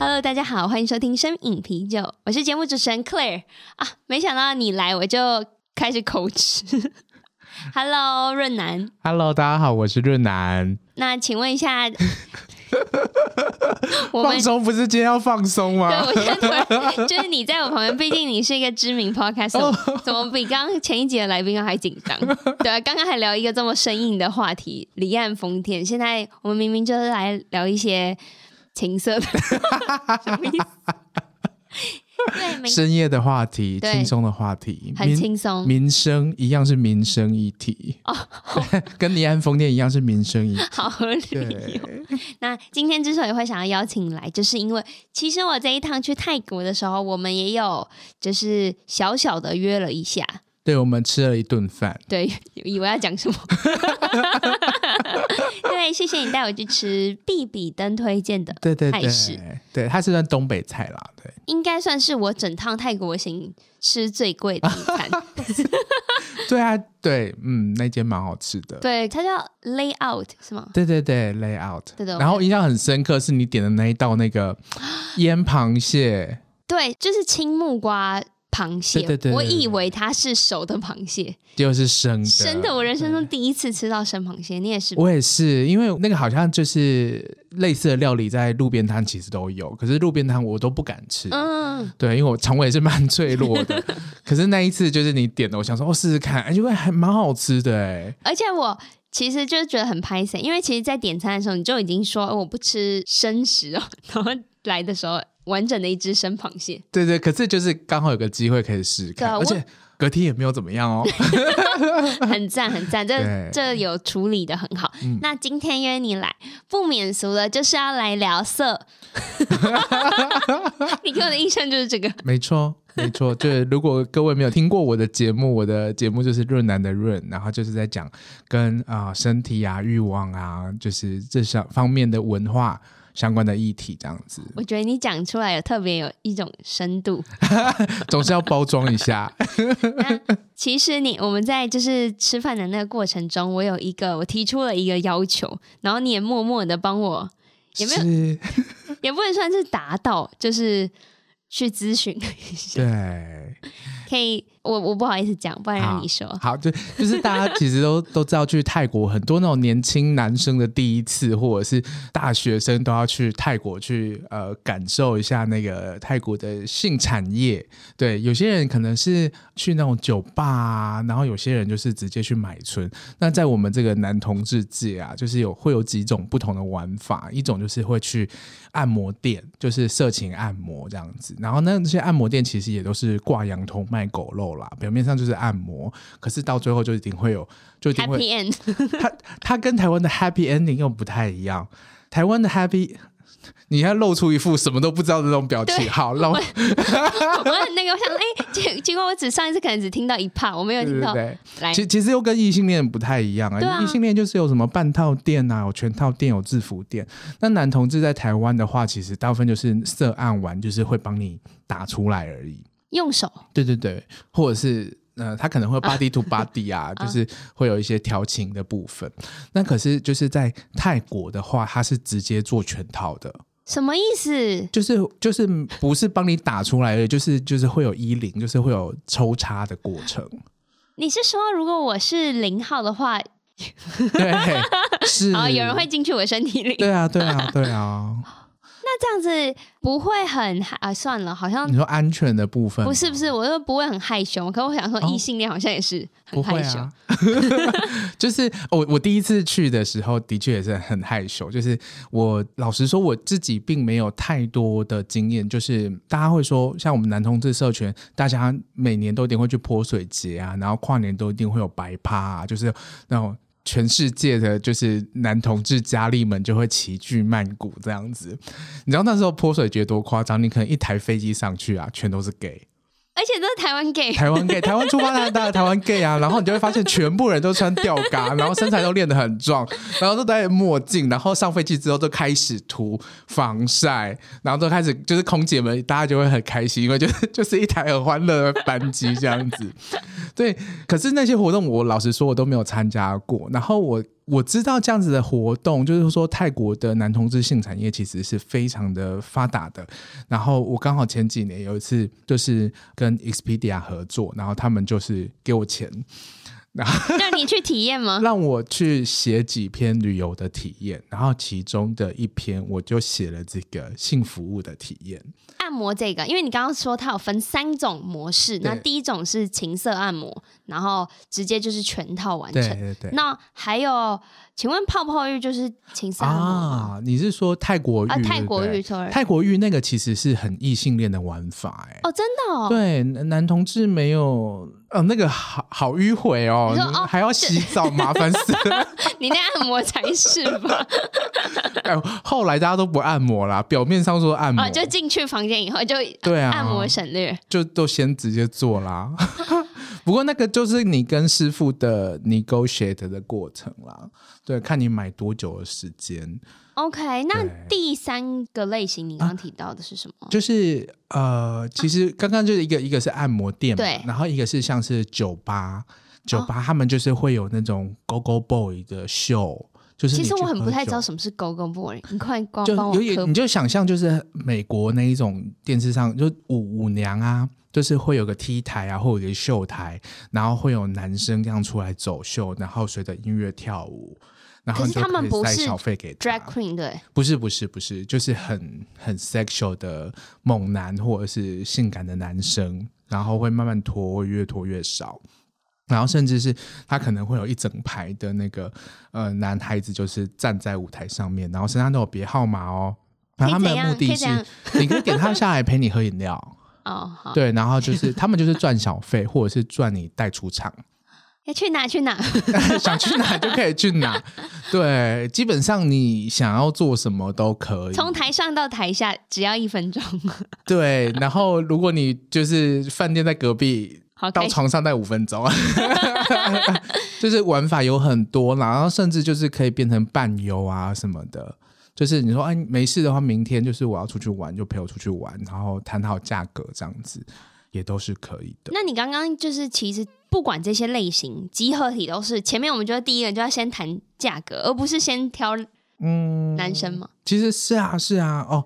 Hello，大家好，欢迎收听《生饮啤酒》，我是节目主持人 Claire 啊。没想到你来，我就开始口吃。Hello，润南， Hello，大家好，我是润南。那请问一下，我们放啊松不是今天要放松对吗？我现在突然就是你在我旁边，毕竟你是一个知名 podcast，怎么怎么比刚刚前一集的来宾还紧张？对啊，刚刚还聊一个这么生硬的话题——离岸风天，现在我们明明就是来聊一些情色的，什么意思？对，没深夜的话题，对轻松的话题，很民轻松哦民生一样是民生议题， 跟离岸风电一样是民生 议题。 好合理对哦、，那今天之所以会想要邀请来，就是因为其实我这一趟去泰国的时候，我们也有就是小小的约了一下，对我们吃了一顿饭，对，以为要讲什么。 对，谢谢你带我去吃必比登推荐的，对对泰式对，对，它是算东北菜啦，对，应该算是我整趟泰国行吃最贵的一 餐。对啊，对，嗯，那间蛮好吃的。对，它叫 Layout 是吗？对对对，layout。对的然后印象很深刻是你点的那一道那个腌螃蟹，对，就是青木瓜螃蟹。对对对对我对以为它是熟的螃蟹，就是生的。生的，我人生中第一次吃到生螃蟹。你也是吧？我也是，因为那个好像就是类似的料理，在路边摊其实都有，可是路边摊我都不敢吃。嗯，对，因为我肠胃是蛮脆弱 的，可是那一次就是你点的，我想说，哦，试试看，哎，因为还蛮好吃的，哎，而且我其实就觉得很拍谁，因为其实，在点餐的时候你就已经说、哦我不吃生食哦，然后来的时候完整的一只生螃 蟹，对对，可是就是刚好有个机会可以试试对看，啊而且隔天也没有怎么样哦。很赞很赞，这对嗯这有处理的很好。那今天约你来，不免俗的就是要来聊 色。 你给我的印象就是这个， 没错，没错，就是如果各位没有听过我的节目，我的节目就是润南的润，然后就是在讲跟啊、呃身体啊、欲望啊，就是这项方面的文化相关的议题，这样子，我觉得你讲出来有特别有一种深度。总是要包装一下。其实你我们在就是吃饭的那个过程中，我有一个我提出了一个要求，然后你也默默的帮我，也 没有是，也不能算是达到，就是去咨询一下，对，可以，我我不好意思讲，不然让好你说。好，就就是大家其实都都知道，去泰国很多那种年轻男生的第一次，或者是大学生都要去泰国去呃感受一下那个泰国呃的性产业。对，有些人可能是去那种酒吧啊，然后有些人就是直接去买春。那在我们这个男同志界啊，就是有会有几种不同的玩法，一种就是会去按摩店，就是色情按摩这样子。然后那些按摩店其实也都是挂羊头卖狗肉啦，表面上就是按摩，可是到最后就一定会有，就一定会 Happy end， 它它跟台湾的 happy ending 又不太一样。台湾的 happy，你要露出一副什么都不知道的那种表对情，好，让我我很那个，我想哎，结结果我只上一次可能只听到一 part，我没有对听对到。对。来，其其实又跟异性恋不太一样对啊啊，异性恋就是有什么半套店啊，有全套店，有制服店。那男同志在台湾的话，其实大部分就是涉案完，就是会帮你打出来而已。用手，对对对，或者是呃，他可能会 body to body 啊，就是会有一些调情的部分。那可是就是在泰国的话，他是直接做全套的，什么意思？就是就是不是帮你打出来而已，就是就是会有衣领，就是会有抽插的过 程。你是说如果我是零号的话，对，是。啊，有人会进去我身体里？对啊，对啊，对啊。那这样子不会很害啊？算了，好像你说安全的部分吗不是不是，我又不会很害羞。可我想说，嗯哦异性恋好像也是很不会害羞。啊， 就是我我第一次去的时候，的确也是很害羞。就是我老实说，我自己并没有太多的经验。就是大家会说，像我们男同志社群，大家每年都一定会去泼水节啊，然后跨年都一定会有白趴、啊，就是那种。全世界的就是男同志佳丽们就会齐聚曼谷这样子。你知道那时候泼水节多夸张？你可能一台飞机上去啊，全都是 gay。而且这是台湾 gay，台湾 gay，台湾出发大的台湾 gay 啊，然后你就会发现全部人都穿吊嘎，然后身材都练得很壮，然后都戴墨镜，然后上飞机之后都开始涂防晒，然后都开始就是空姐们大家就会很开心，因为就是就是一台很欢乐的班机这样子。对，可是那些活动我老实说我都没有参加过，然后我。我知道这样子的活动，就是说泰国的男同志性产业其实是非常的发达的。然后我刚好前几年有一次就是跟 Expedia 合作，然后他们就是给我钱，然后让你去体验吗？让我去写几篇旅游的体验，然后其中的一篇我就写了这个性服务的体验。按摩这个，因为你刚刚说它有分三种模式，对那第一种是情色按摩，然后直接就是全套完对成。对对。那还有，请问泡泡浴就是情色按摩吗？啊，你是说泰国浴？啊，泰对不国对浴，sorry，泰国浴那个其实是很异性恋的玩法、哎。哦，真的哦，对，男男同志没有，呃，那个好好迂回哦，你说哦还要洗 澡，麻烦死了。 你那按摩才是 吧？哎呦后来大家都不按摩啦，表面上说按摩，哦，就进去房间以后就对啊，按摩省略。就都先直接做啦。 不过那个就是你跟师傅的 negotiate 的过程啦，对，看你买多久的时间， OK，那对第三个类型你刚刚提到的是什么？就是呃，其实刚刚就是一个一个是按摩店嘛，对哦然后一个是像是酒吧，酒吧他们就是会有那种 go go boy 的秀，就是其你实去我很喝不太酒知道什么是 Go Go Boy，你快帮就帮我有点，科你普。就想象就是美国那一种电视上，就舞舞娘啊，就是会有个 T 台啊，或有一个秀台，然后会有男生这样出来走秀，然后随着音乐跳舞，然后可你是就他们可以不塞是小费给 Drag 他。 Queen 对，不是不是不是，就是很很 sexual 的猛男或者是性感的男生，然后会慢慢脱，越脱越少。然后甚至是他可能会有一整排的那个呃男孩子，就是站在舞台上面，然后身上都有别号码哦。然后他们的目可的以是怎样，你可以点他下来陪你喝 饮料，哦好，对，然后就是他们就是赚小费，或者是赚你带出场。 要哎去哪去哪？想去哪就可以去哪，对，基本上你想要做什么都可以。从台上到台下只要一分钟，对，然后如果你就是饭店在隔壁，好到开心。床上待五分钟， 就是玩法有很多啦，然后甚至就是可以变成伴游啊什么的。就是你说哎没事的话，明天就是我要出去玩，就陪我出去玩，然后谈好价格这样子，也都是可以的。那你刚刚就是其实不管这些类型，集合体都是前面我们觉得第一个就要先谈价格，而不是先挑嗯，男生嘛。其实是啊，是啊，哦，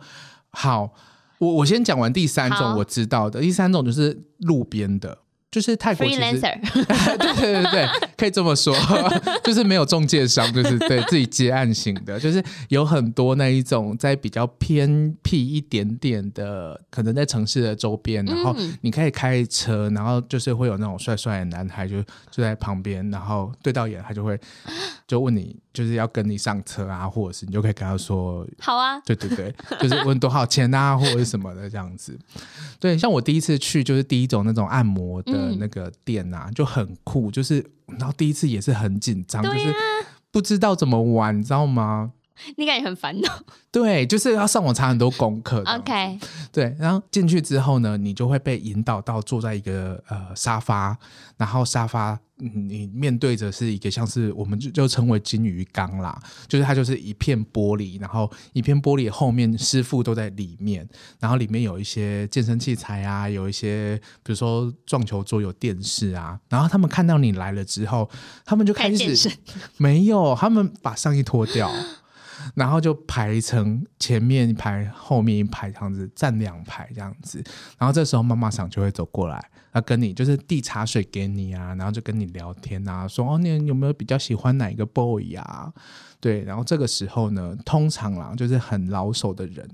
好，我我先讲完第三好种我知道的，第三种就是路边的，就是泰国其实 Freelancer 对对对对，可以这么说， 就是没有中介商，就是对自己接案型的，就是有很多那一种在比较偏僻一点点的，可能在城市的周边，然后你可以开车，然后就是会有那种帅帅的男孩就就在旁边，然后对到眼他就会就问你就是要跟你上车啊，或者是你就可以跟他说好啊，对对对， 就是问多少钱啊，或者是什么的这样子。对，像我第一次去就是第一种那种按摩的嗯那个店啊，就很酷，就是然后第一次也是很紧张，就对啊是呀、不知道怎么玩，你知道吗？你感觉很烦恼。对，就是要上网查很多功课这样子。 OK，对，然后进去之后呢，你就会被引导到坐在一个呃沙发，然后沙发嗯你面对着是一个像是我们就就称为金鱼缸啦，就是它就是一片玻璃，然后一片玻璃后面师傅都在里面，然后里面有一些健身器材啊，有一些比如说撞球桌、有电视啊，然后他们看到你来了之后，他们就开开始健始身没有，他们把上衣脱掉。 然后就排成前面一排，后面一排这样子，站两排这样子。然后这时候妈妈桑就会走过来，她跟你就是递茶水给你啊，然后就跟你聊天啊，说哦，你有没有比较喜欢哪一个 boy 啊？对，然后这个时候呢，通常啦，就是很老手的人。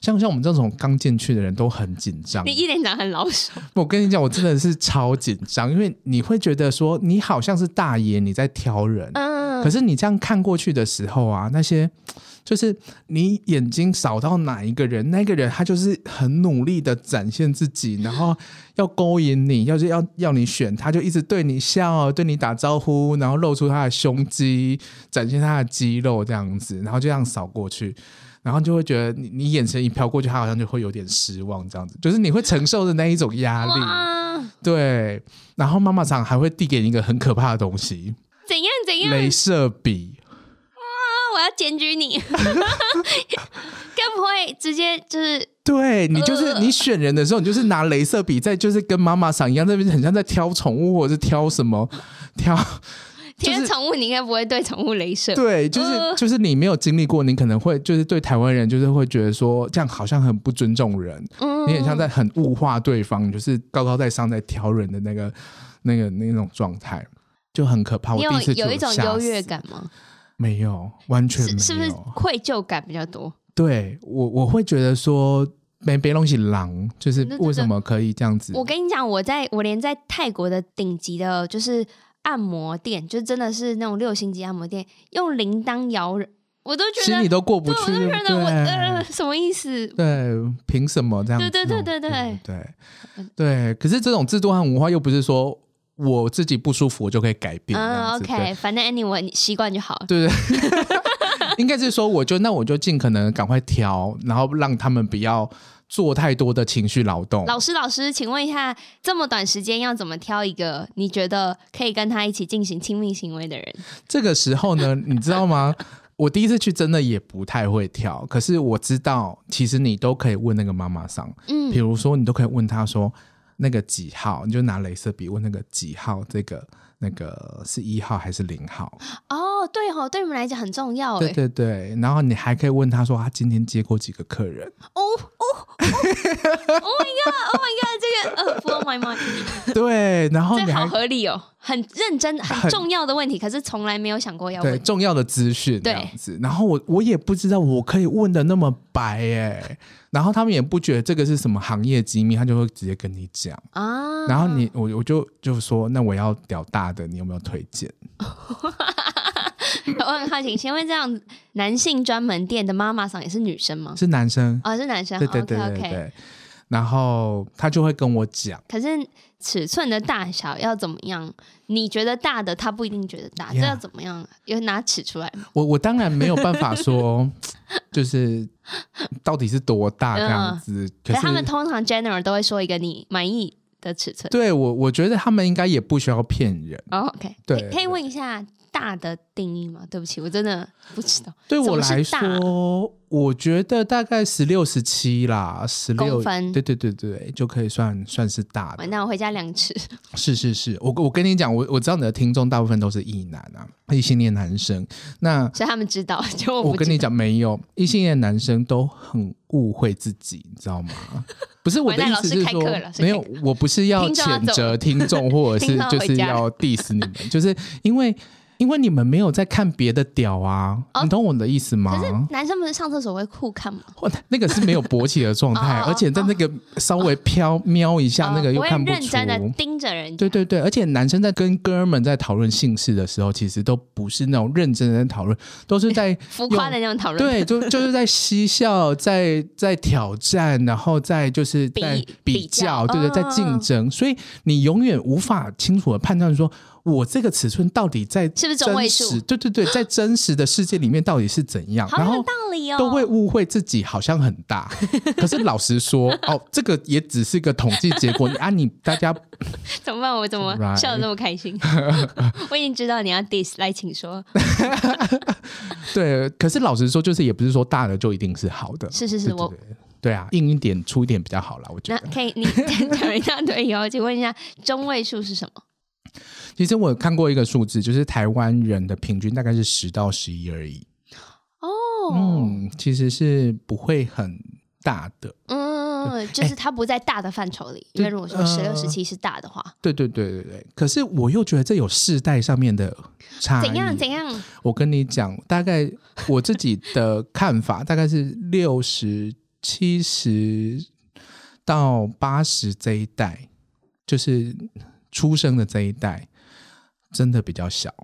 像像我们这种刚进去的人都很紧张，你一脸长得很老手，我跟你讲，我真的是超紧张，因为你会觉得说你好像是大爷，你在挑人，嗯，嗯可是你这样看过去的时候啊，那些就是你眼睛扫到哪一个人，啊那个人他就是很努力的展现自己，然后要勾引你，要是要要你选，他就一直对你笑，对你打招呼，然后露出他的胸肌，展现他的肌肉这样子，然后就这样扫过去。然后就会觉得你你眼神一飘过去，他好像就会有点失望，这样子，就是你会承受的那一种压力。哇，对，然后妈妈长还会递给你一个很可怕的东西怎样怎——样啊哦镭！射笔。我要检举 你，该不会直接就是对你就是呃你选人的时候，你就是拿镭射笔在，就是跟妈妈桑一样，那边很像在挑宠物或者是挑 什么挑，就其实是宠物你应该不会对宠物镭射，对，就是、呃就是你没有经历过，你可能会就是对台湾人就是会觉得说这样好像很不尊重人，嗯你很像在很物化对方，就是高高在上在挑人的那个 那个那种状态，就很可怕。我嗯你第一次有就有一种吓优越死，感吗？没有，完全是没有，啊是不是愧疚感比较多？对我我会觉得说没别东西狼，就是对对为什对么可以这样子？我跟你讲，我在我连在泰国的顶级的，就是按摩店，就真的是那种六星级按摩店，用铃铛摇人，我都觉心里得，都过不对，去，我都觉得我呃，什么意思？对，凭什么这样子？对对对对对对对对。可是这种制度和文化又不是说我自己不舒服我就可以改变。这嗯样子，OK，反正 anyway，你习惯就好了。对对对。应该是说，我就那我就尽可能赶快调，然后让他们不要做太多的情绪劳动。老师，老师，请问一下，这么短时间要怎么挑一个你觉得可以跟他一起进行亲密行为的人？这个时 候呢，你知道吗？我第一次去真的也不太会跳，可是我知道，其实你都可以问那个妈妈桑，嗯比如说你都可以问她说那个几号，你就拿镭射笔问那个几号，这个那个是一号还是零号？哦，对哦，对你们来讲很重要对哎。对对，然后你还可以问她说她今天接过几个客人，哦哦哦，Oh my god，Oh my god，这个呃，blow my mind，对，然后你这好还合理哦，很认真、很很重要的问题，可是从来没有想过要对问。重要的资讯对这样子，然后我我也不知道我可以问的那么白哎、然后他们也不觉得这个是什么行业机密，他就会直接跟你讲。啊，然后你我我就就说，那我要屌大的，你有没有推荐？我很好奇，请问这样男性专门店的妈妈桑也是女生吗？是男生？哦，是男生，对对对 o 对 k 对 OK。然后他就会跟我讲，可是尺寸的大小要怎么样？你觉得大的，他不一定觉得大 Yeah 这要怎么样？啊有拿尺出来吗？我我当然没有办法说， 就是到底是多大这样子。可嗯可是是他们通常 general 都会说一个你满意的尺寸。对我我觉得他们应该也不需要骗人。哦、o k 对可以可以问一下大的定义吗？对不起，我真的不知道对怎我么是来大说，我觉得大概十六十七啦，十六公分对对对对，就可以算算是大的完。蛋，我回家量尺。是是是，我我跟你讲，我我知道你的听众大部分都是异男啊，异性恋男生。那所以他们知道，就我我哦不跟知你道。讲，没有异性恋男生都很误会自己，你知道吗？不是我的完意蛋思老是师开说课了老，师没有开，我不是要听众要谴 责听众，或者是听众要就回是家 要 diss 你们，就是因为因为你们没有在看别的屌啊，哦你懂我的意思吗？可是男生不是上厕所会互看吗？哇那个是没有勃起的状态，哦哦而且在那个稍微飘瞄一下，那个哦又我会看不认出。真的盯着人家。对对对，而且男生在跟哥们在讨论性事的时候，其实都不是那种认真的讨论，都是在浮夸的那种讨论，对，就就是在嬉笑，在在挑战，然后在就是比在比较，较对对，嗯在竞争，所以你永远无法清楚的判断说，我这个尺寸到底在是不是中位真实数对对对，在真实的世界里面到底是怎样？然好有后道理哦。都会误会自己好像很 大，可是老实说，哦，这个也只是个统计结果。你啊，你大家怎么办？我怎么 Right 笑得那么开 心？我已经知道你要 diss，来，请说。对，可是老实说，就是也不是说大的就一定是好的，是是是，对对我对对啊，硬一点粗一点比较好啦，我觉那得。可以，你 讲一大堆以后，请问一下中位数是什么？其实我有看过一个数字，就是台湾人的平均大概是十到十一而已。哦，嗯，其实是不会很大的。嗯，就是它不在大的范畴里，因为如果说哎呃十六、十七是大的话，对对对对对。可是我又觉得这有世代上面的差异。怎样怎样？我跟你讲，大概我自己的看法大概是六十七十到八十这一代，就是出生的这一代，真的比较小。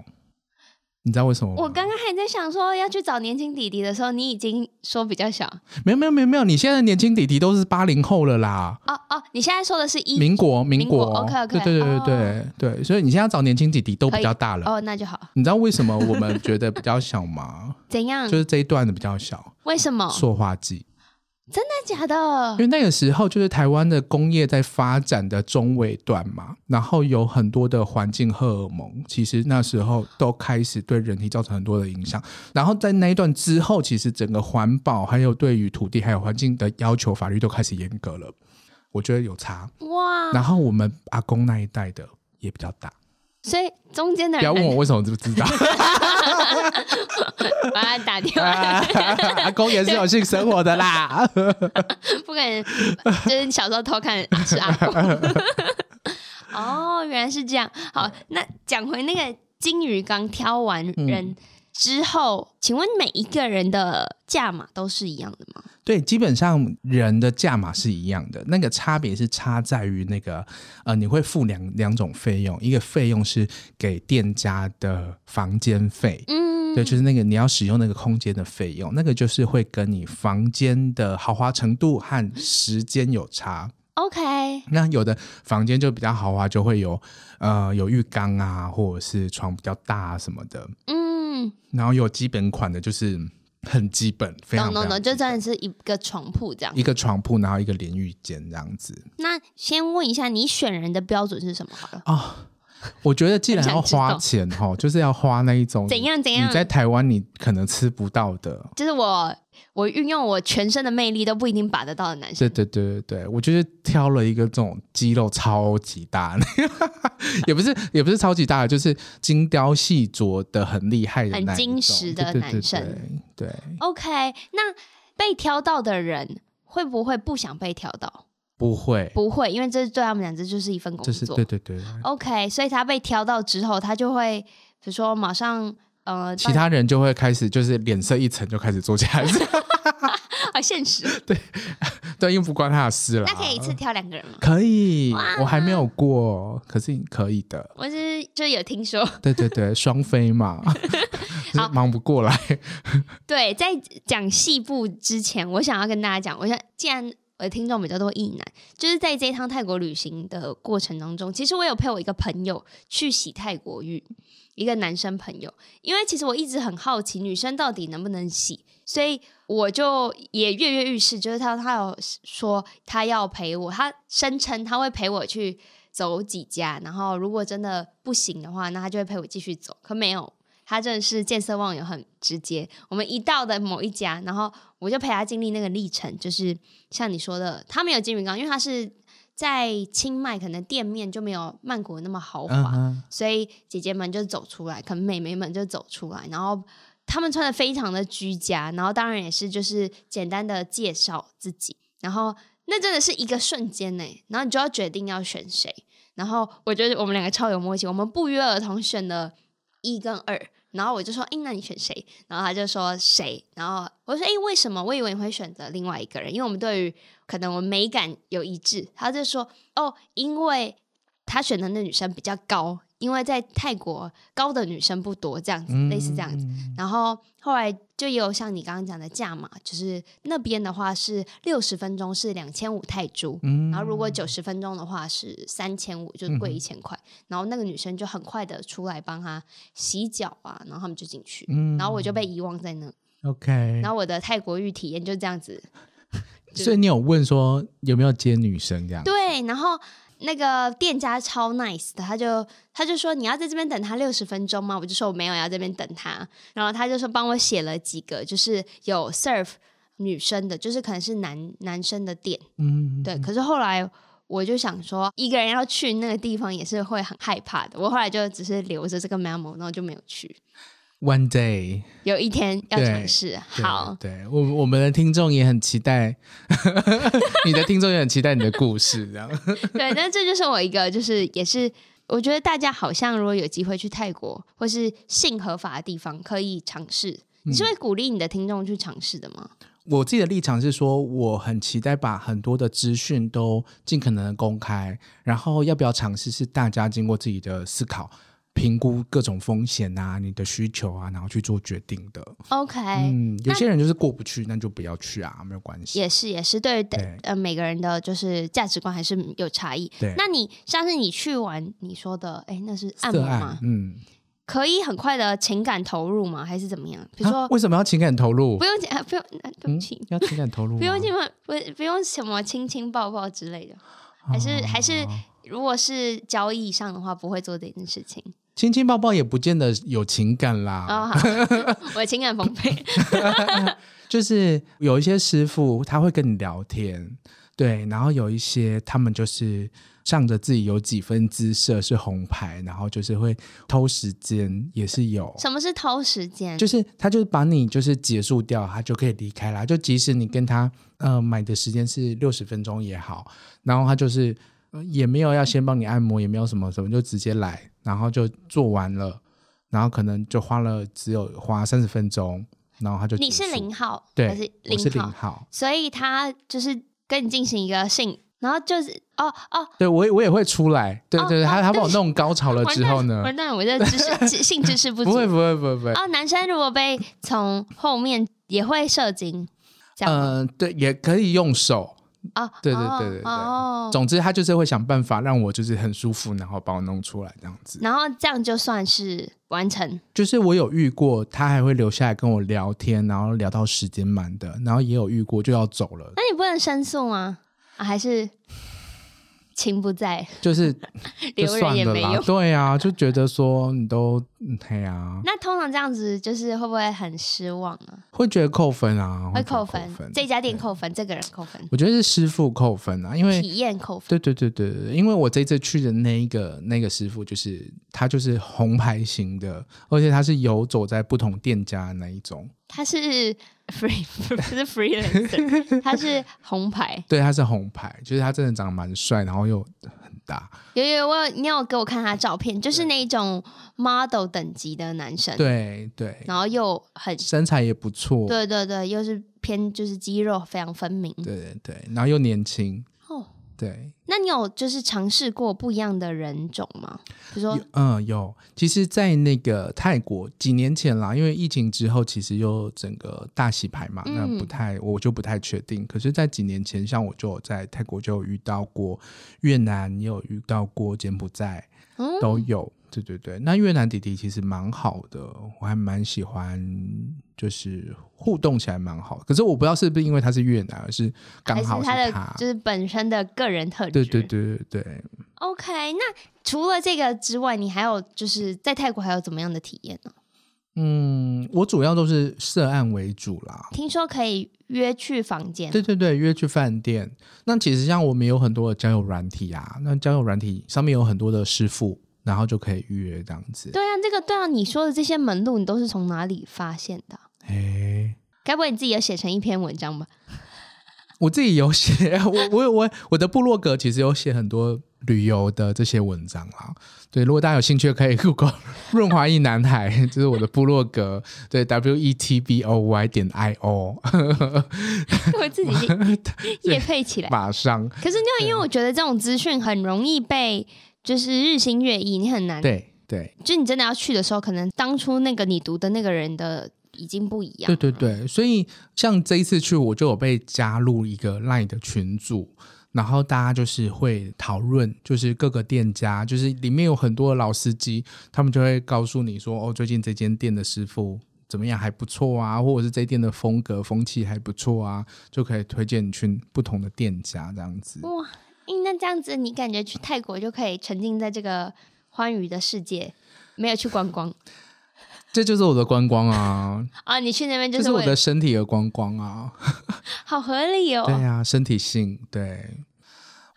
你知道为什么吗？我刚刚还在想说要去找年轻弟弟的时候，你已经说比较小没有没有没有没有，你现在年轻弟弟都是八零后了啦。哦哦，你现在说的是一民国，民民国国 OK，OK，对对对对对、对，所以你现在找年轻弟弟都可以比较大了。哦，那就好。你知道为什么我们觉得比较小吗？怎样？就是这一段的比较小，为什么？塑化剂，真的假的因？为那个时候就是台湾的工业在发展的中尾段嘛，然后有很多的环境荷尔蒙，其实那时候都开始对人体造成很多的影响。然后在那一段之后，其实整个环保还有对于土地还有环境的要求，法律都开始严格了。我觉得有差。哇！然后我们阿公那一代的也比较大，所以中间的不要人问我为什么知不知道，把他打电话，啊阿公也是有性生活的啦。 不敢，就是你小时候偷看是阿 公。哦，原来是这样。好，嗯那讲回那个金鱼缸挑完嗯人之后，请问每一个人的价码都是一样的吗？对，基本上人的价码是一样的，那个差别是差在于那个呃，你会付两两种费用，一个费用是给店家的房间费。嗯，对，就是那个你要使用那个空间的费用，那个就是会跟你房间的豪华程度和时间有差。 OK，那有的房间就比较豪华，就会有呃有浴缸啊，或者是床比较大、啊、什么的。嗯，然后有基本款的，就是很基本，非常懂懂非常懂，就基本真的是一个床铺这样一。个床铺，然后一个淋浴间这样子那先问一下，你选人的标准是什么？好了，啊、我觉得既然哦很要想知道花钱哈，就是要花那一种怎样怎哦你样？在台湾你可能吃不到的。就是我我运用我全身的魅力都不一定把得到的男对生。对对对对，我就是挑了一个这种肌肉超级大 的，也不是也不是超级大的，就是精雕细琢的很厉害的那一很种，精实的对对对男生对，对 OK，那被挑到的人会不会不想被挑到？不会，不会，因为这对他们俩这就是一份工就作。是对对对，哦 OK，所以他被挑到之后，他就会比如说马上呃，其他人就会开始就是脸色一沉就开始做家 事，啊现实，对，因为不关他的事了。那可以一次挑两个人吗？可以，我还没有过，可是可以的。我是就有听说，对对 对，双飞嘛， 就是忙不过来。对，在讲细部之前，我想要跟大家讲，我想既然我的听众比较多异男，就是在这一趟泰国旅行的过程当中，其实我有陪我一个朋友去洗泰国浴，一个男生朋友，因为其实我一直很好奇女生到底能不能洗，所以我就也跃跃欲试，就是他他有说他要陪我，他声称他会陪我去。走几家，然后如果真的不行的话，那他就会陪我继续走。可没有，他真的是见色忘友，很直接。我们一到的某一家，然后我就陪他经历那个历程，就是像你说的，他没有金鱼缸，因为他是在清迈，可能店面就没有曼谷那么豪华，嗯哼，所以姐姐们就走出来，可能妹妹们就走出来，然后她们穿的非常的居家，然后当然也是就是简单的介绍自己，然后那真的是一个瞬间呢，然后你就要决定要选谁，然后我觉得我们两个超有默契，我们不约而同选了一跟二。然后我就说，哎，那你选谁？然后他就说谁？然后我就说，哎，为什么？我以为你会选择另外一个人，因为我们对于可能我们美感有一致。他就说，哦，因为他选的那女生比较高，因为在泰国高的女生不多，这样子、嗯类似这样子。子。然后后来就也有像你刚刚讲的价码，就是那边的话是六十分钟是两千五泰铢，嗯然后如果九十分钟的话是三千五，就贵一千块。然后那个女生就很快的出来帮他洗脚啊，然后他们就进去，嗯然后我就被遗忘在那， OK，然后我的泰国浴体验就这样子所以你有问说有没有接女生这样？对，然后那个店家超 nice 的，他就他就说你要在这边等他六十分钟吗？我就说我没有要在这边等他，然后他就说帮我写了几个，就是有 serve 女生的，就是可能是男男生的店，嗯，对。可是后来我就想说，一个人要去那个地方也是会很害怕的，我后来就只是留着这个 memo，然后就没有去。 ，One day，有一天要尝对试，对好，对我我们的听众也很期待， 你的听众也很期待你的故事，这样。对，但这就是我一个，就是也是我觉得大家好像如果有机会去泰国或是性合法的地方，可以尝试。你嗯是会鼓励你的听众去尝试的吗？我自己的立场是说，我很期待把很多的资讯都尽可能的公开，然后要不要尝试是大家经过自己的思考。评估各种风险啊、你的需求啊，然后去做决定的。 OK，、嗯，有些人就是过不去，那就不要去啊，没有关系。哎也是也是，对于的对呃每个人的就是价值观还是有差异。对，那你像是你去玩你说的，哎，那是按色摩案吗？嗯，可以很快的情感投入吗？还是怎么样？比如说、啊为什么要情感投入嗯不？用讲、啊，不用、啊，对不起，要情感投入啊吗，不用什么不不用什么亲亲抱抱之类的，哦还是、还是如果是交易上的话，不会做这件事情。亲亲抱抱也不见得有情感啦。哦，好， 我情感丰沛。 就是有一些师傅他会跟你聊天，对，然后有一些他们就是仗着自己有几分姿色是红牌，然后就是会偷时间，也是有。什么是偷时间？就是他就是把你就是结束掉，他就可以离开啦。就即使你跟他呃买的时间是六十分钟也好，然后他就是、呃也没有要先帮你按摩，也没有什么什么，就直接来，然后就做完了，然后可能就花了只有花三十分钟，然后他就你结是束零号，对，还是我是零零号？号。所以他就是跟你进行一个性，然后就是哦哦，对我也我也会出来，对哦对，他哦他把我对弄高 潮了完呃之蛋后呢，完蛋，我这知 识知性知识不不足。会不会不会不会，哦，男生如果被从后面也会射精，这样吗嗯、对，也可以用手，哦，对对哦对对对哦，总之他就是会想办法让我就是很舒服，然后把我弄出来这样子。然后这样就算是完成。就是我有遇过，他还会留下来跟我聊天，然后聊到时间满的，然后也有遇过就要走了，那你不能申诉吗？啊、还是情不在，就是就 留算人也了没啦用。。对啊，就觉得说你都嗯嘿啊，那通常这样子就是会不会很失望啊？会觉得扣分啊，会觉得扣分分，。这家店对，扣分，这个人扣分，我觉得是师傅扣分啊，因为体验扣分。对对对对，对因为我这次去的那一个那个师傅，就是他就是红牌型的，而且他是游走在不同店家的那一种。他是 free 不是 freelancer，他是红牌。对，他是红牌，就是他真的长得蛮帅，然后又很大。有有我有，你有给我看他照片，就是那种 model 等级的男生，对对，然后又很身材也不错。对对对，又是偏就是肌肉非常分明。对对对，然后又年轻。哦，对，那你有就是尝试过不一样的人种吗？比如说有嗯有。其实，在那个泰国几年前啦，因为疫情之后，其实又整个大洗牌嘛，那嗯不太我就不太确定。可是，在几年前，像我就有在泰国就有遇到过越南，也有遇到过柬埔寨，嗯都有。对对对，那越南弟弟其实蛮好的，我还蛮喜欢，就是互动起来蛮好。可是我不知道是不是因为他是越南，而是刚还好是他是的他。就是本身的个人特质。对对。对对对， OK，那除了这个之外，你还有就是在泰国还有怎么样的体验呢？嗯，我主要都是涉案为主啦。听说可以约去房间，对对对，约去饭店。那其实像我们有很多的交友软体啊，那交友软体上面有很多的师傅，然后就可以约这样子。对啊，这个对啊，你说的这些门路，你都是从哪里发现的啊？哎，该不会你自己有写成一篇文章吧？我自己有写，我我我我的部落格其实有写很多旅游的这些文章啦。对，如果大家有兴趣，可以 Google 润滑一男孩，这是我的部落格，对 W E T B O Y 点 I O，我 自己也配起来。马上可是那因为我觉得这种资讯很容易被就是日新月异，你很难。对对就你真的要去的时候，可能当初那个你读的那个人的已经不一样。嗯对对对，所以像这一次去，我就有被加入一个 LINE 的群组。然后大家就是会讨论，就是各个店家，就是里面有很多老司机，他们就会告诉你说，哦，最近这间店的师傅怎么样还不错啊，或者是这店的风格风气还不错啊，就可以推荐你去不同的店家这样子。哇，诶那这样子你感觉去泰国就可以沉浸在这个欢愉的世界，没有去观光这就是我的观光啊，啊？你去那边 这就是是我为的身体的观光啊。好合理哦。对啊，身体性，对，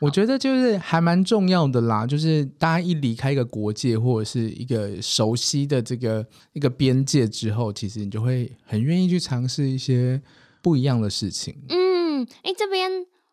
我觉得就是还蛮重要的啦。就是大家一离开一个国界或者是一个熟悉的这个一个边界之后，其实你就会很愿意去尝试一些不一样的事情。嗯，哎，这边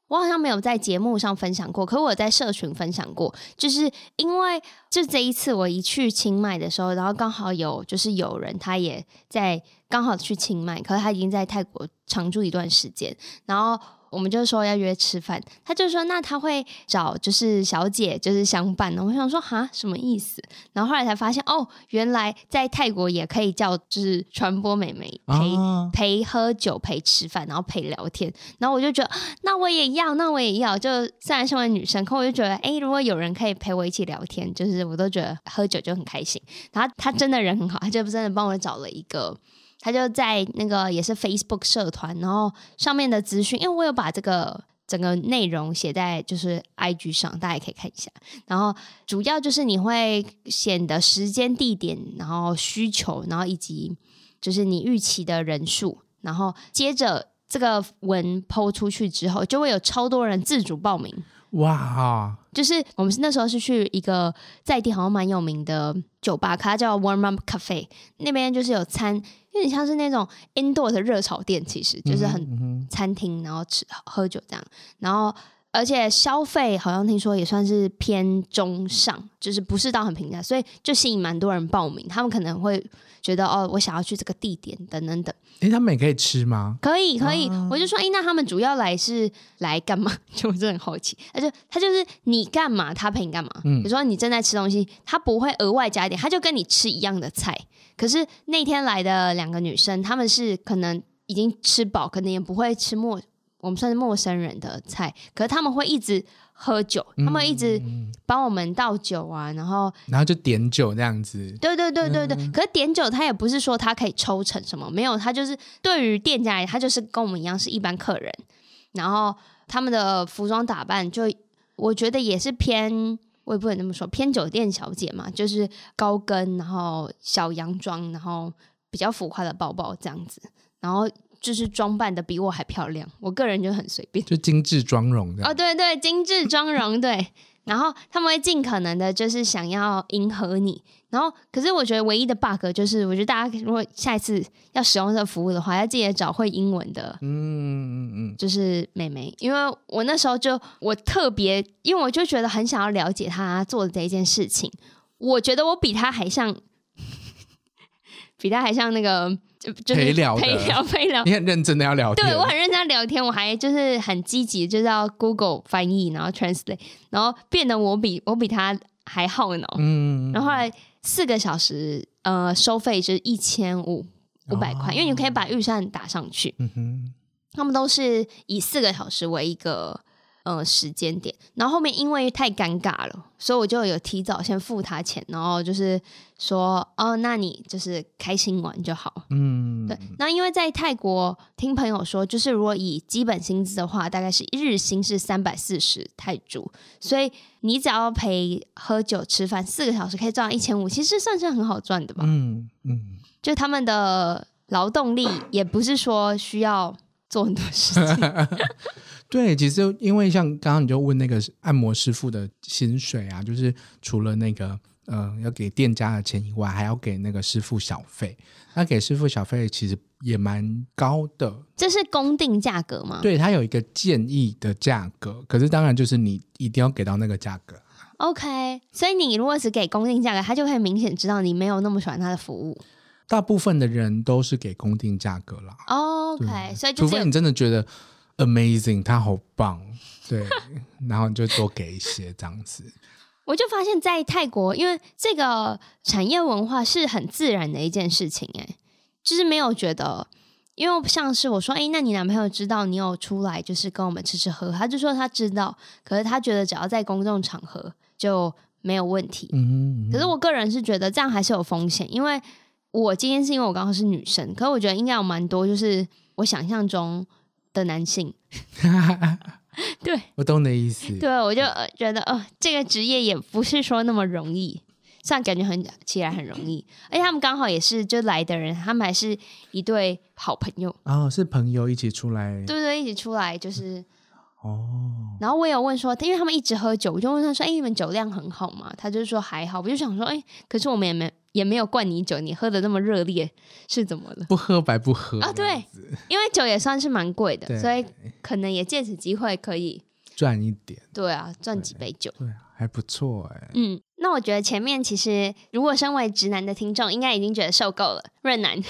我好像没有在节目上分享过，可我有在社群分享过，就是因为就这一次我一去清迈的时候，然后刚好有就是有人他也在刚好去清迈，可是他已经在泰国常住一段时间，然后我们就说要约吃饭，他就说那他会找就是小姐就是相伴的。我想说哈什么意思？然后后来才发现哦，原来在泰国也可以叫就是传播美眉陪、啊陪喝酒、陪吃饭，然后陪聊天。然后我就觉得啊那我也要，那我也要。就虽然身为女生，可我就觉得哎，如果有人可以陪我一起聊天，就是我都觉得喝酒就很开心。然后他真的人很好，他就真的帮我找了一个。他就在那个也是 Facebook 社团，然后上面的资讯，因为我有把这个整个内容写在就是 IG 上，大家也可以看一下。然后主要就是你会显得时间、地点，然后需求，然后以及就是你预期的人数，然后接着。这个文抛出去之后，就会有超多人自主报名。哇，就是我们是那时候是去一个在地好像蛮有名的酒吧，它叫 Warm Up Cafe，那边就是有餐，有点像是那种 indoor 的热炒店，其实就是很嗯哼餐厅，然后吃喝酒这样，然后而且消费好像听说也算是偏中上，就是不是到很平价，所以就吸引蛮多人报名，他们可能会觉得哦，我想要去这个地点等等等。哎，他们也可以吃吗？可以可以，我就说，哎、那他们主要来是来干嘛？ 就我真的很好奇。他就他就是你干嘛，他陪你干嘛。比如说你正在吃东西，他不会额外加一点，他就跟你吃一样的菜。可是那天来的两个女生，她们是可能已经吃饱，可能也不会吃陌，我们算是陌生人的菜，可是他们会一直喝酒，他们一直帮我们倒酒啊，然后然后就点酒这样子，对对对对对，可是点酒他也不是说他可以抽成什么，没有，他就是对于店家而言，他就是跟我们一样是一般客人，然后他们的服装打扮就我觉得也是偏，我也不能这么说，偏酒店小姐嘛，就是高跟，然后小洋装，然后比较浮夸的包包这样子，然后就是装扮的比我还漂亮，我个人就很随便。就精致妆容这样。哦，对对，精致妆容，对。然后他们会尽可能的，就是想要迎合你。然后，可是我觉得唯一的 bug 就是，我觉得大家如果下一次要使用这个服务的话，要记得找会英文的，嗯嗯嗯就是妹妹。因为我那时候就我特别，因为我就觉得很想要了解她做的这一件事情。我觉得我比她还像， 比她还像那个就就是陪聊的陪聊陪聊嗯，你很认真的要聊天，对我很认真地聊天，我还就是很积极，就是要 Google 翻译，然后 translate，然后变得我比我比他还耗脑。嗯，然后后来四个小时，呃，收费是一千五五百块，因为你可以把预算打上去。嗯哼，他们都是以四个小时为一个呃时间点，然后后面因为太尴尬了，所以我就有提早先付他钱，然后就是说哦，那你就是开心玩就好。嗯，对，那因为在泰国听朋友说，就是如果以基本薪资的话，大概是日薪是三百四十泰铢，嗯所以你只要陪喝酒吃饭四个小时，可以赚一千五，其实算是很好赚的吧。嗯嗯，就他们的劳动力也不是说需要做很多事 情，对，其实因为像刚刚你就问那个按摩师傅的薪水啊，就是除了那个呃要给店家的钱以外，还要给那个师傅小费。那给师傅小费其实也蛮高的，这是公定价格吗？对，它有一个建议的价格，可是当然就是你一定要给到那个价格。 ，OK。所以你如果只给公定价格，他就会明显知道你没有那么喜欢他的服务。大部分的人都是给公定价格啦，啊 OK，所以就除是非有你真的觉得 amazing，它好棒，对， 然后你就多给一些这样子。我就发现，在泰国，因为这个产业文化是很自然的一件事情、欸，就是没有觉得，因为像是我说，哎、那你男朋友知道你有出来，就是跟我们吃吃喝喝，他就说他知道，可是他觉得只要在公众场合就没有问题。嗯，可是我个人是觉得这样还是有风险，因为我今天是因为我刚好是女生，可是我觉得应该有蛮多就是我想象中的男性，对，我懂你的意思。对，我就呃嗯觉得，呃，这个职业也不是说那么容易，虽然感觉很起来很容易，而且他们刚好也是就来的人，他们还是一对好朋友，哦，是朋友一起出来对对，一起出来就是，哦，然后我也有问说，因为他们一直喝酒，我就问他说，哎，你们酒量很好吗？他就说还好，我就想说，哎，可是我们也没也没有灌你酒，你喝的那么热烈是怎么了？不喝白不喝啊这样子，因为酒也算是蛮贵的，对所以可能也借此机会可以，赚一点，对啊，赚几杯酒。对啊，还不错哎、嗯，那我觉得前面其实如果身为直男的听众，应该已经觉得受够了润男，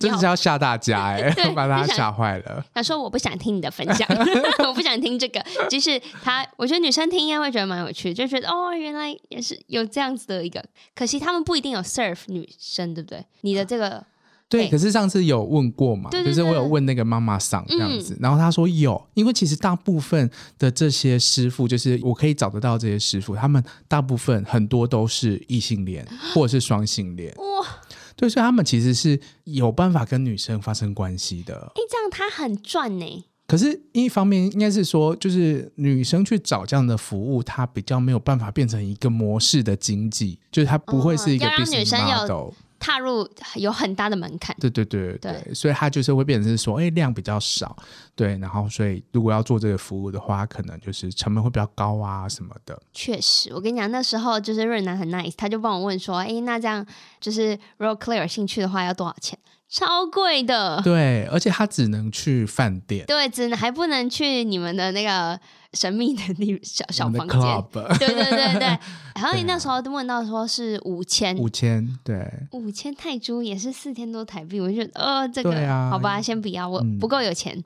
真的是要吓大家哎、对 把大就家想吓坏了。他说我不想听你的分享， 我不想听这个。即使他，我觉得女生听应该会觉得蛮有趣，就觉得哦，原来也是有这样子的一个。可惜他们不一定有 serve 女生，对不对？你的这个对，对可是上次有问过嘛，对对嗯就是我有对问那个妈妈桑这样子，然后她说有，因为其实大部分的这些师傅，就是我可以找得到这些师傅，他们大部分很多都是异性 恋或者是双性恋，哇，对，所以他们其实是有办法跟女生发生关系的。哎，这样他很赚呢。可是一方面应该是说，就是女生去找这样的服务，她比较没有办法变成一个模式的经济，就是她不会是一个哦要让 business 女生有 model。踏入有很大的门槛，对对对对对对，所以它就是会变成是说，哎、量比较少，对，然后所以如果要做这个服务的话，可能就是成本会比较高啊什么的。确实，我跟你讲，那时候就是润南很 nice，他就帮我问说，哎，那这样就是如果 Claire 有兴趣的话要多少钱？超贵的，对，而且他只能去饭店、对，只能还不能去你们的那个神秘的地小小我们房的间。 club 对对对对，然后对你那啊时候问到说是五千，五千，对，五千泰铢也是四千多台币，我就觉得呃这对个、啊好吧，先不要，我嗯不够有 钱，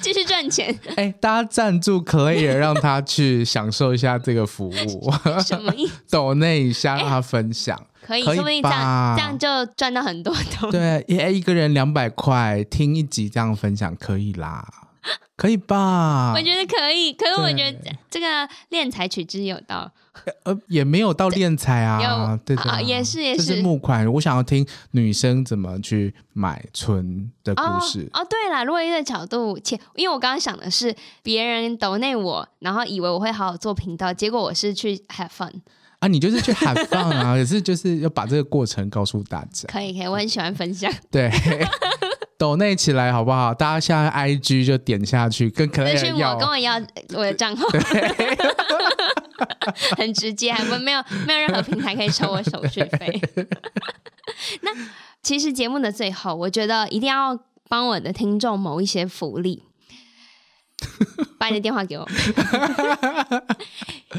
继续赚钱，哎、大家赞助 Claire，让他去享受一下这个服务， 什么意思？抖那 一下哎让他分享。可以，可以说不定这样吧这样就赚到很多东 西。对，一一个人两百块，听一集这样分享可以啦，可以吧？我觉得可以，可是我觉得啊对这个练才取之有道，呃，也没有到练财啊有，对的、啊也是也这是是募款。我想要听女生怎么去买春的故事。哦。哦，对啦，如果一个角度切，因为我刚刚想的是别人抖内我，然后以为我会好好做频道，结果我是去 have fun。啊，你就是去喊放 啊，也是就是要把这个过程告诉大家。可以可以，我很喜欢分享， 对，抖内起来好不好？大家现在 IG 就点下去，跟可私乐讯要我跟我要我的账号， 很直接，还不没有没有任何平台可以收我手续 费。那其实节目的最后，我觉得一定要帮我的听众谋一些福 利。把你的电话给我。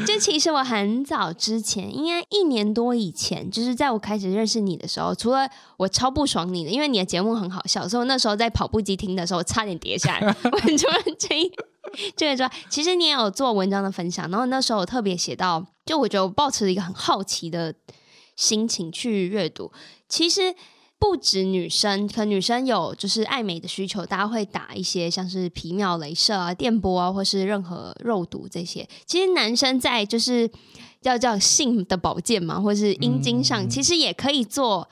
就其实我很早之前，应该一年多以前，就是在我开始认识你的时候，除了我超不爽你的，因为你的节目很好笑，所以我那时候在跑步机听的时候，我差点跌下来。我很突然这一这个说，其实你也有做文章的分享，然后那时候我特别写到，就我觉得我抱持一个很好奇的心情去阅读，其实。不止女生，可能女生有就是爱美的需求，大家会打一些像是皮秒、镭射啊、电波啊，或是任何肉毒这些。其实男生在就是要叫性的保健嘛，或是阴茎嗯上，其实也可以做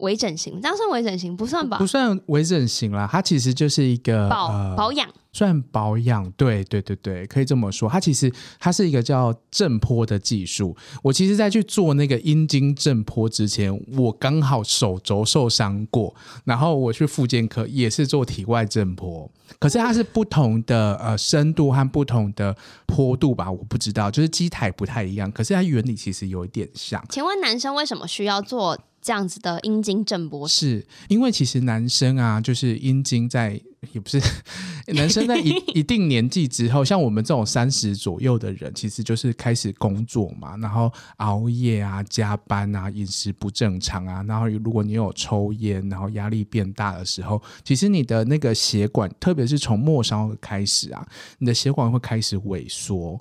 微整形。这样算微整形不算吧不？算微整形啦，它其实就是一个保、呃保养算保养，对对对对，可以这么说。它其实它是一个叫震波的技术。我其实，在去做那个阴茎震波之前，我刚好手肘受伤过，然后我去复健科也是做体外震波，可是它是不同的呃深度和不同的坡度吧，我不知道，就是机台不太一样，可是它原理其实有一点像。请问男生为什么需要做这样子的阴茎震波？是因为其实男生啊，就是阴茎在也不是男生在一一定年纪之后，像我们这种三十左右的人，其实就是开始工作嘛，然后熬夜啊、加班啊、饮食不正常啊，然后如果你有抽烟，然后压力变大的时候，其实你的那个血管，特别是从末梢开始啊，你的血管会开始萎缩。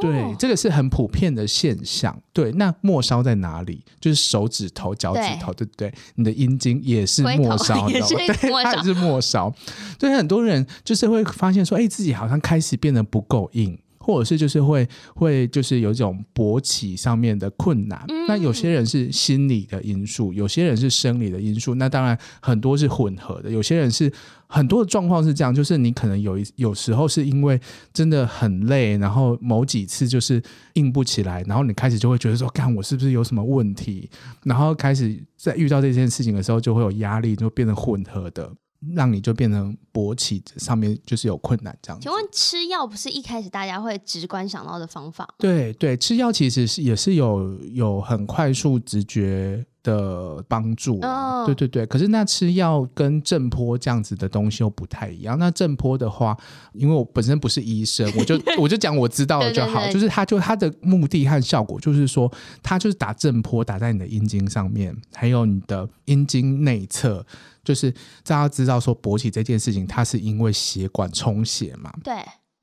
对，哦、这个是很普遍的现象。对，那末梢在哪里？就是手指头、脚趾头，对不对？你的阴茎也是龟头 末梢，也你知道吗是对末梢它也是末梢。对，很多人就是会发现说，哎，自己好像开始变得不够硬。或者是就是会会就是有一种勃起上面的困难，那有些人是心理的因素，有些人是生理的因素，那当然很多是混合的，有些人是很多的状况是这样，就是你可能有一有时候是因为真的很累，然后某几次就是硬不起来，然后你开始就会觉得说，干我是不是有什么问题？然后开始在遇到这件事情的时候，就会有压力，就变成混合的，让你就变成勃起上面就是有困难这样子请。问吃药不是一开始大家会直观想到的方法吗？对对，吃药其实是也是有有很快速直觉的帮助、啊。哦对对对，可是那吃药跟震波这样子的东西又不太一样。那震波的话，因为我本身不是医生， 我就我就讲我知道的就对好。对对就是它就它的目的和效果，就是说它就是打震波打在你的阴茎上面，还有你的阴茎内侧。就是大家知道说勃起这件事情，它是因为血管充血嘛，对，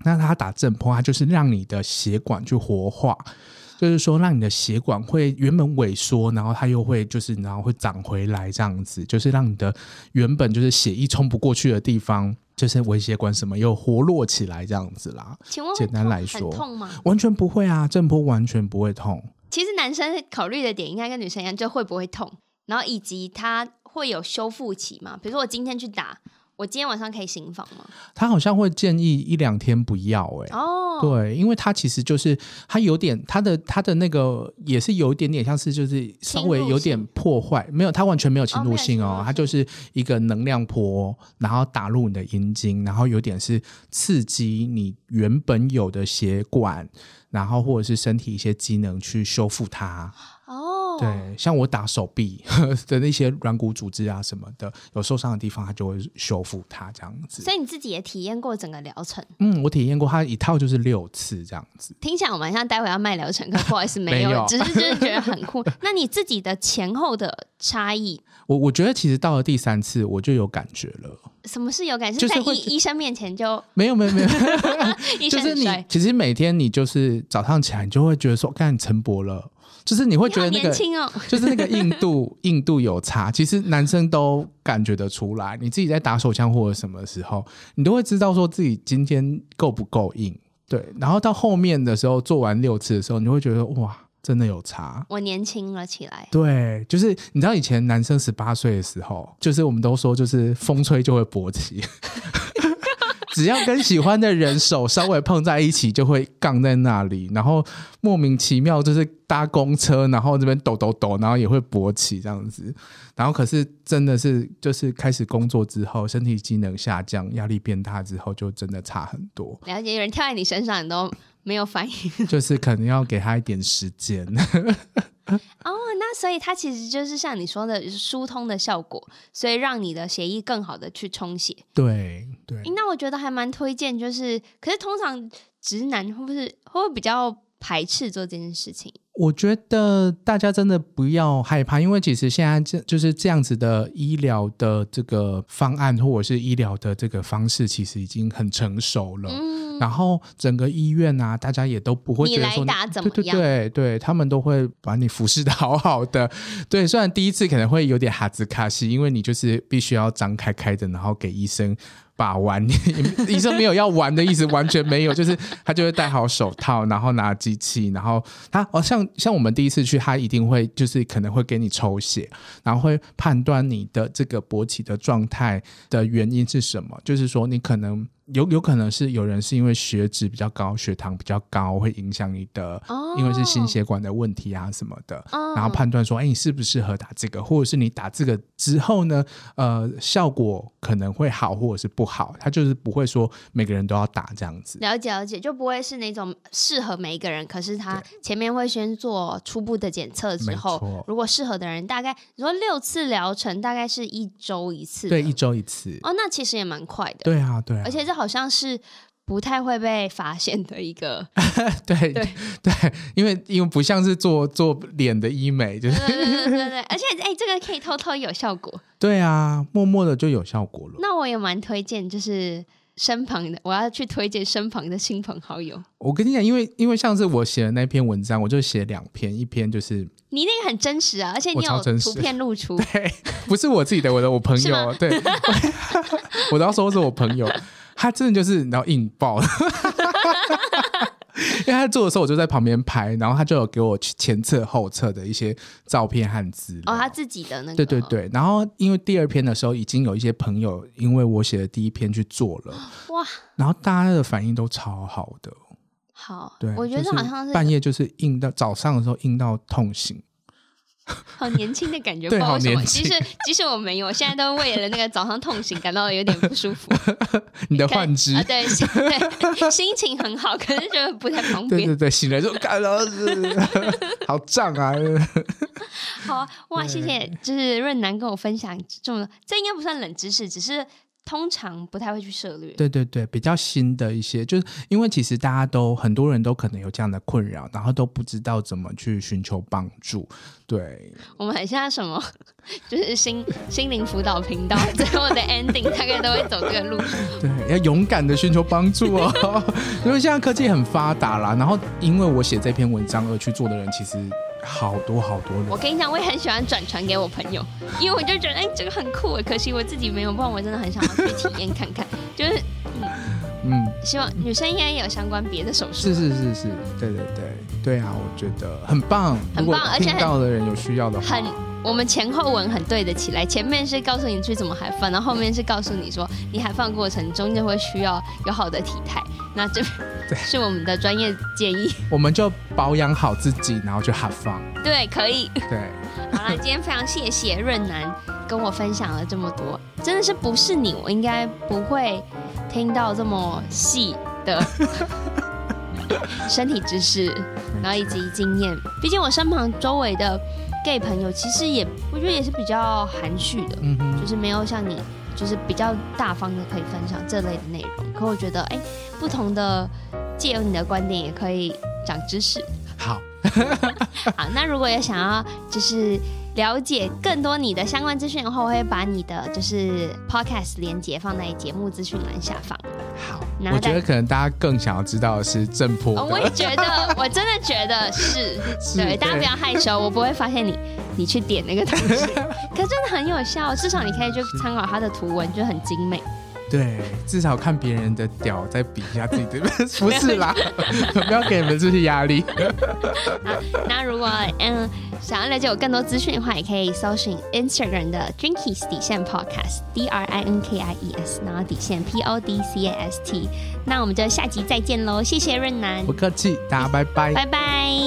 那它打震波，它就是让你的血管去活化，就是说让你的血管会原本萎缩，然后它又会就是然后会长回来这样子，就是让你的原本就是血液冲不过去的地方，就是微血管什么又活络起来这样子啦。请问会简单痛来很说痛吗？完全不会啊，震波完全不会痛。其实男生考虑的点应该跟女生一样，就会不会痛，然后以及他会有修复期嘛？比如说我今天去打，我今天晚上可以行房吗？他好像会建议一两天不要、欸，哦，对，因为它其实就是它有点它的它的那个也是有一点点像是就是稍微有点破坏，没有它完全没有侵哦没入有性侵入哦，它性就是一个能量波，然后打入你的阴茎，然后有点是刺激你原本有的血管，然后或者是身体一些机能去修复它。哦，对，像我打手臂 的那些软骨组织啊什么的，有受伤的地方，它就会修复它这样子。所以你自己也体验过整个疗程，嗯，我体验过它一套就是六次这样子。听起来我蛮像待会要卖疗程，可不好 意思没没有，有只是就是觉得很 酷。那你自己的前后的差异，我我觉得其实到了第三次我就有感觉了，什么是有感？就是在会医医生面前 就没有没有 没有，医就生是很你帅，其实每天你就是早上起来你就会觉得说，干陈勃了，就是你会你觉好得那年个轻哦， 就是那个硬度硬度有差，其实男生都感觉得出来，你自己在打手枪或者什么时候，你都会知道说自己今天够不够硬，对，然后到后面的时候做完六次的时候，你会觉得哇，真的有差，我年轻了起来。对，就是你知道以前男生十八岁的时候，就是我们都说就是风吹就会勃起， 只要跟喜欢的人手稍微碰在一起，就会杠在那里，然后莫名其妙就是搭公车，然后这边抖抖抖，然后也会勃起这样子。然后可是真的是就是开始工作之后，身体机能下降，压力变大之后，就真的差很多，了解，有人跳在你身上，你都没有反应就是可能要给他一点时间。 哦。那所以它其实就是像你说的疏通的效果，所以让你的血液更好的去充血。对对诶，那我觉得还蛮推荐，就是可是通常直男会不是会不会比较排斥做这件事情？我觉得大家真的不要害怕，因为其实现在这就是这样子的医疗的这个方案，或者是医疗的这个方式，其实已经很成熟了。嗯，然后整个医院啊，大家也都不会你哦觉得来说打怎么对对样对对，他们都会把你服侍的 好好的。对，虽然第一次可能会有点哈兹卡西，因为你就是必须要张开开的，然后给医生把玩。 医生没有要玩的意思，完全没有，就是他就会戴好手套，然后拿机器，然后他哦，像像我们第一次去，他一定会就是可能会给你抽血，然后会判断你的这个勃起的状态的原因是什么，就是说你可能。有有可能是有人是因为血脂比较高，血糖比较高，会影响你的，哦因为是心血管的问题啊什么的，嗯然后判断说，哎，你适不适合打这个，或者是你打这个之后呢，呃，效果可能会好或者是不好，他就是不会说每个人都要打这样子。了解了解，就不会是那种适合每一个人，可是他前面会先做初步的检测之没后错，如果适合的人，大概你说六次疗程大概是一周一次的，对，一周一次。哦，那其实也蛮快的，对啊，对啊，而且这好像是不太会被发现的一个， 对对 对，因为因为不像是做做脸的医美，就是对对对对对对，而且哎、这个可以偷偷有效果，对啊，默默的就有效果了。那我也蛮推荐，就是身旁的，我要去推荐身旁的亲朋好友。我跟你讲，因为因为上次我写的那篇文章，我就写两篇，一 篇就是你那个很真实啊，而且我你超有真图实 片露出，对，不是我自己的，我的我朋是吗友， 对，我到时候是我朋友，他真的就是然后硬爆， 因为他做的时候我就在旁边拍，然后他就有给我前侧后侧的一些照片和资料。哦，他自己的那个，对对，对，然后因为第二篇的时候，已经有一些朋友因为我写的第一篇去做了，哇，然后大家的反应都超好的，好，对，我觉得就好像是半夜就是硬到早上的时候硬到痛醒，好年轻的感觉，不对知道为什好么。年其轻实 其实我没有，现在都为了那个早上痛醒感到有点不舒服。你的可能幻肢 啊，，对， 心对心情很好，可是觉得不太方对便。对对，醒来就干了， 好胀啊！好啊，哇，谢谢，就是润南跟我分享这么，这应该不算冷知识，只是通常不太会去涉略。对对对，比较新的一些，就是因为其实大家都很多人都可能有这样的困扰，然后都不知道怎么去寻求帮助。对，我们很像什么， 就是心心灵辅导频道，最后的 ending 大概都会走这个路数。对，要勇敢的寻求帮助哦。 因为现在科技很发达啦，然后因为我写这篇文章而去做的人，其实好多好多人我。跟你讲，我也很喜欢转传给我朋友，因为我就觉得哎、这个很酷耶，可惜我自己没有，不然我真的很想要去体验看看。就是嗯，希望女生应该也有相关别的手术是，是是是，对对对对啊，我觉得很棒。很棒如果而且听很到的人有需要的话，很我们前后文很对得起来，前面是告诉你去怎么海放，然后后面是告诉你说你海放过程中就会需要有好的体态，那这对是我们的专业建议，我们就保养好自己，然后去哈放。对，可以。对。好了，今天非常谢谢润南跟我分享了这么多，真的是不是你，我应该不会听到这么细的身体知识，然后以及经验。毕竟我身旁周围的 gay 朋友，其实也我觉得也是比较含蓄的，嗯哼，就是没有像你就是比较大方的可以分享这类的内容。可我觉得，哎、不同的借由你的观点也可以长知识。好，好，那如果有想要就是了解更多你的相关资讯的话，我会把你的就是 podcast 连接放在节目资讯栏下方。好，然后我觉再得可能大家更想要知道的是正坡 哦，我的，也觉得，我真的觉得是， 是对，大家不要害羞，我不会发现你。你去点那个东西，可真的很有效，至少你可以去参考它的图文，就很精美。对，至少看别人的屌，再比一下自己 的，不是啦， 不要给你们这些压力。那如果嗯想要了解我更多资讯的话，也可以搜寻 Instagram 的 Drinkies 底线 Podcast D R I N K I E S，然后底线 P O D C A S T。那我们就下集再见喽，谢谢润南不，客气，大家拜拜。拜拜。